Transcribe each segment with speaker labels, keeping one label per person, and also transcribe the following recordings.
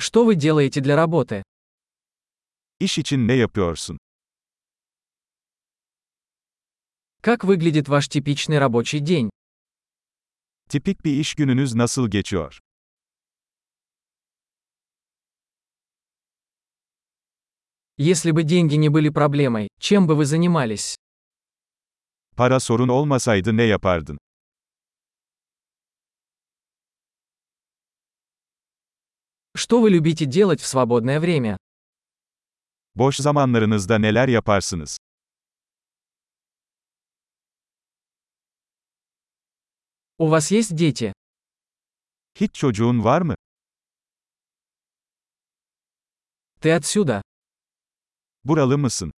Speaker 1: Что вы делаете для работы?
Speaker 2: İş için ne yapıyorsun?
Speaker 1: Как выглядит ваш типичный рабочий день?
Speaker 2: Tipik bir iş gününüz nasıl geçiyor?
Speaker 1: Если бы деньги не были проблемой, чем бы вы занимались?
Speaker 2: Para sorun olmasaydı ne yapardın?
Speaker 1: Что вы любите делать в свободное время?
Speaker 2: Boş zamanlarınızda neler yaparsınız?
Speaker 1: У вас есть дети?
Speaker 2: Hiç çocuğun var mı?
Speaker 1: Ты отсюда?
Speaker 2: Buralı mısın?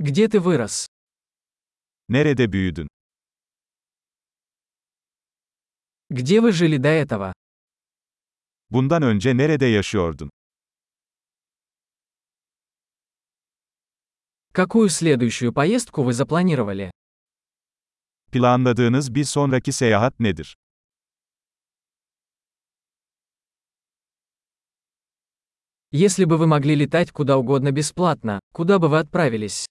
Speaker 1: Где ты вырос?
Speaker 2: Nerede büyüdün?
Speaker 1: Где вы жили до этого?
Speaker 2: Bundan önce nerede yaşıyordun?
Speaker 1: Какую следующую поездку вы запланировали?
Speaker 2: Planladığınız bir sonraki seyahat nedir?
Speaker 1: Если бы вы могли летать куда угодно бесплатно, куда бы вы отправились?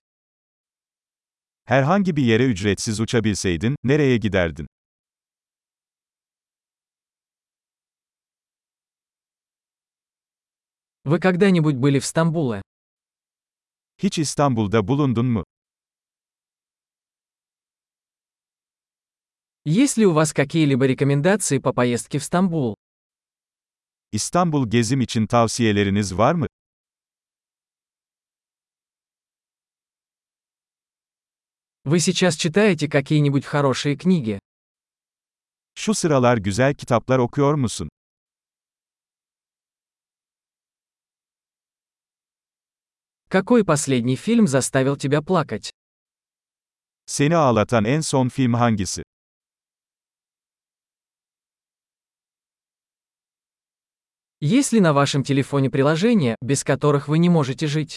Speaker 2: Herhangi bir yere ücretsiz uçabilseydin, nereye giderdin?
Speaker 1: Вы когда-нибудь были в Стамбуле?
Speaker 2: Hiç İstanbul'da bulundun mu?
Speaker 1: Есть ли у вас какие-либо рекомендации по поездке в Стамбул?
Speaker 2: İstanbul gezim için tavsiyeleriniz var mı?
Speaker 1: Вы сейчас читаете какие-нибудь хорошие книги?
Speaker 2: Şu sıralar güzel kitaplar okuyor musun?
Speaker 1: Какой последний фильм заставил тебя плакать?
Speaker 2: Seni ağlatan en son film hangisi?
Speaker 1: Есть ли на вашем телефоне приложения, без которых вы не можете жить?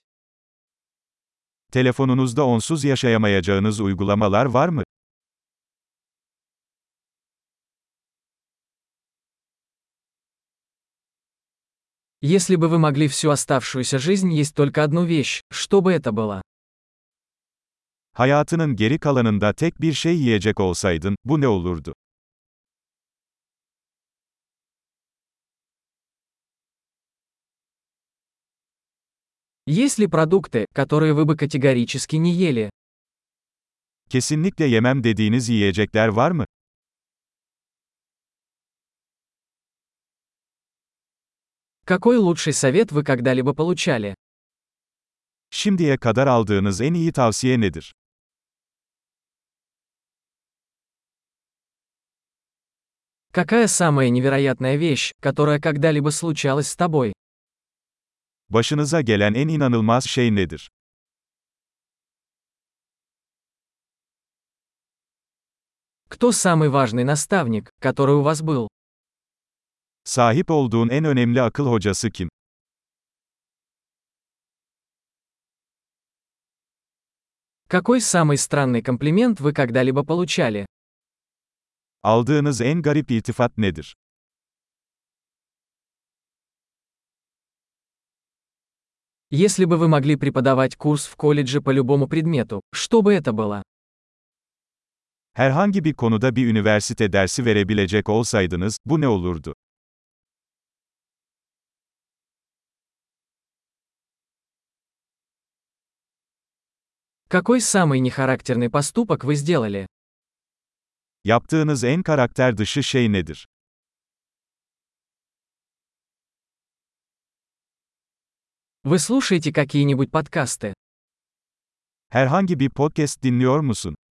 Speaker 2: Telefonunuzda onsuz yaşayamayacağınız uygulamalar var mı?
Speaker 1: Если бы вы могли всю оставшуюся жизнь есть только одну вещь, что бы это было?
Speaker 2: Hayatının geri kalanında tek bir şey yiyecek olsaydın, bu ne olurdu?
Speaker 1: Есть ли продукты, которые вы бы категорически не ели?
Speaker 2: Kesinlikle yemem dediğiniz yiyecekler var mı?
Speaker 1: Какой лучший совет вы когда-либо получали?
Speaker 2: Şimdiye kadar aldığınız en iyi tavsiye nedir?
Speaker 1: Какая самая невероятная вещь, которая когда-либо случалась с тобой?
Speaker 2: Başınıza gelen en inanılmaz şey nedir?
Speaker 1: Кто самый важный наставник, который у вас был?
Speaker 2: Sahip olduğun en önemli akıl hocası kim?
Speaker 1: Какой самый странный комплимент вы когда-либо получали?
Speaker 2: Aldığınız en garip iltifat nedir?
Speaker 1: Если бы вы могли преподавать курс в колледже по любому предмету, что бы это было?
Speaker 2: Herhangi bir konuda bir üniversite dersi verebilecek olsaydınız, bu ne olurdu?
Speaker 1: Какой самый нехарактерный поступок вы сделали?
Speaker 2: Yaptığınız en karakter dışı şey nedir?
Speaker 1: Вы слушаете какие-нибудь подкасты?
Speaker 2: Herhangi bir podcast dinliyor musun?